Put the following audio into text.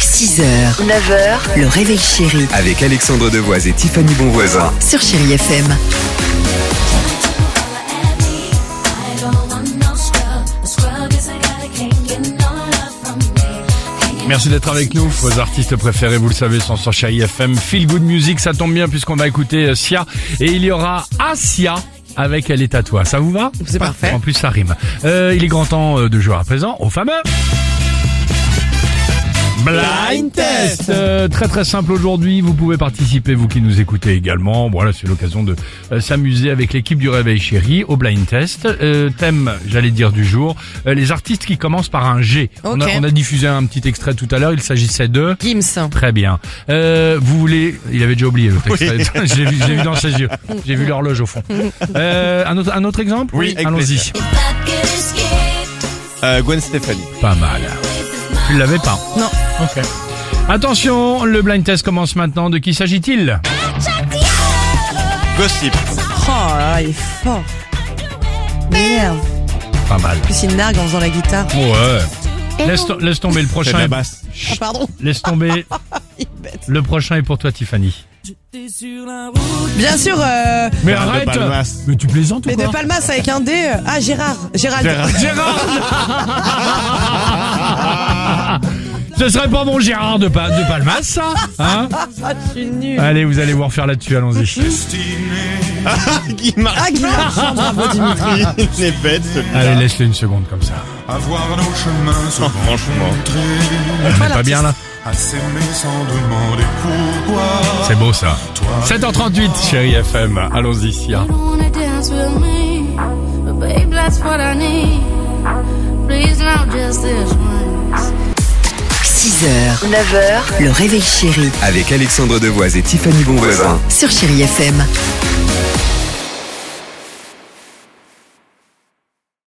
6h, 9h, le réveil chéri Avec Alexandre Devoise et Tiffany Bonvoisin. sur Chéri FM. I don't want no scrub. A scrub is a guy that can't get no love from me. Merci d'être avec nous, vos artistes préférés, vous le savez, sont sur Chérie FM. Feel Good Music, ça tombe bien puisqu'on va écouter euh, Sia. Et il y aura Asia avec Elle est à toi. Ça vous va C'est parfait. En plus, ça rime. Euh, il est grand temps euh, de jouer à présent au fameux... Blind test Euh, Très très simple aujourd'hui, vous pouvez participer, vous qui nous écoutez également. Voilà, c'est l'occasion de euh, s'amuser avec l'équipe du Réveil Chéri au blind test. Euh, thème, j'allais dire, du jour, euh, les artistes qui commencent par un G. On, a, Ok. on a diffusé un petit extrait tout à l'heure, il s'agissait de... Gims. Très bien. Euh, vous voulez... Il avait déjà oublié le texte. je l'ai vu, je l'ai vu dans ses yeux. J'ai vu l'horloge au fond. Euh, un, autre, un autre exemple Oui, avec Allons-y. plaisir. If I could escape Euh, Gwen Stefani. Pas mal. with this mind. Tu l'avais pas Non. Ok. Attention, le blind test commence maintenant. De qui s'agit-il Gossip. Oh là là, il est fort. Merde. Pas mal. En plus, il nargue en faisant la guitare. Ouais. Laisse, to- laisse tomber le C'est prochain. de la est- basse. Ah, pardon. Laisse tomber. Il est bête. Le prochain est pour toi, Tiffany. Bien sûr, euh, Mais Gérard de arrête. Palmas. Mais tu plaisantes ou mais de quoi Palmas avec un D. euh, Ah, Gérard. Gérald. Gérard. Gérard Ce serait pas mon Gérard de, Pa- de Palmas, ça hein Ah, je suis nul. Allez, vous allez vous refaire là-dessus, allons-y. Guy Mar- Ah, Guillaume. Bravo, Dimitri. Il est bête celui-là. Allez, laisse-le une seconde comme ça. Avoir nos chemins se Oh, Franchement. rencontrer, On est pas bien là à s'aimer sans demander pourquoi. C'est beau ça. 7h38, chérie FM. Allons-y, Sia. You wanna dance with me, but babe, that's what I need. Please, now just this once. 6h, 9h, le réveil chéri Avec Alexandre Devoise et Tiffany Bonvoisin. sur Chéri FM.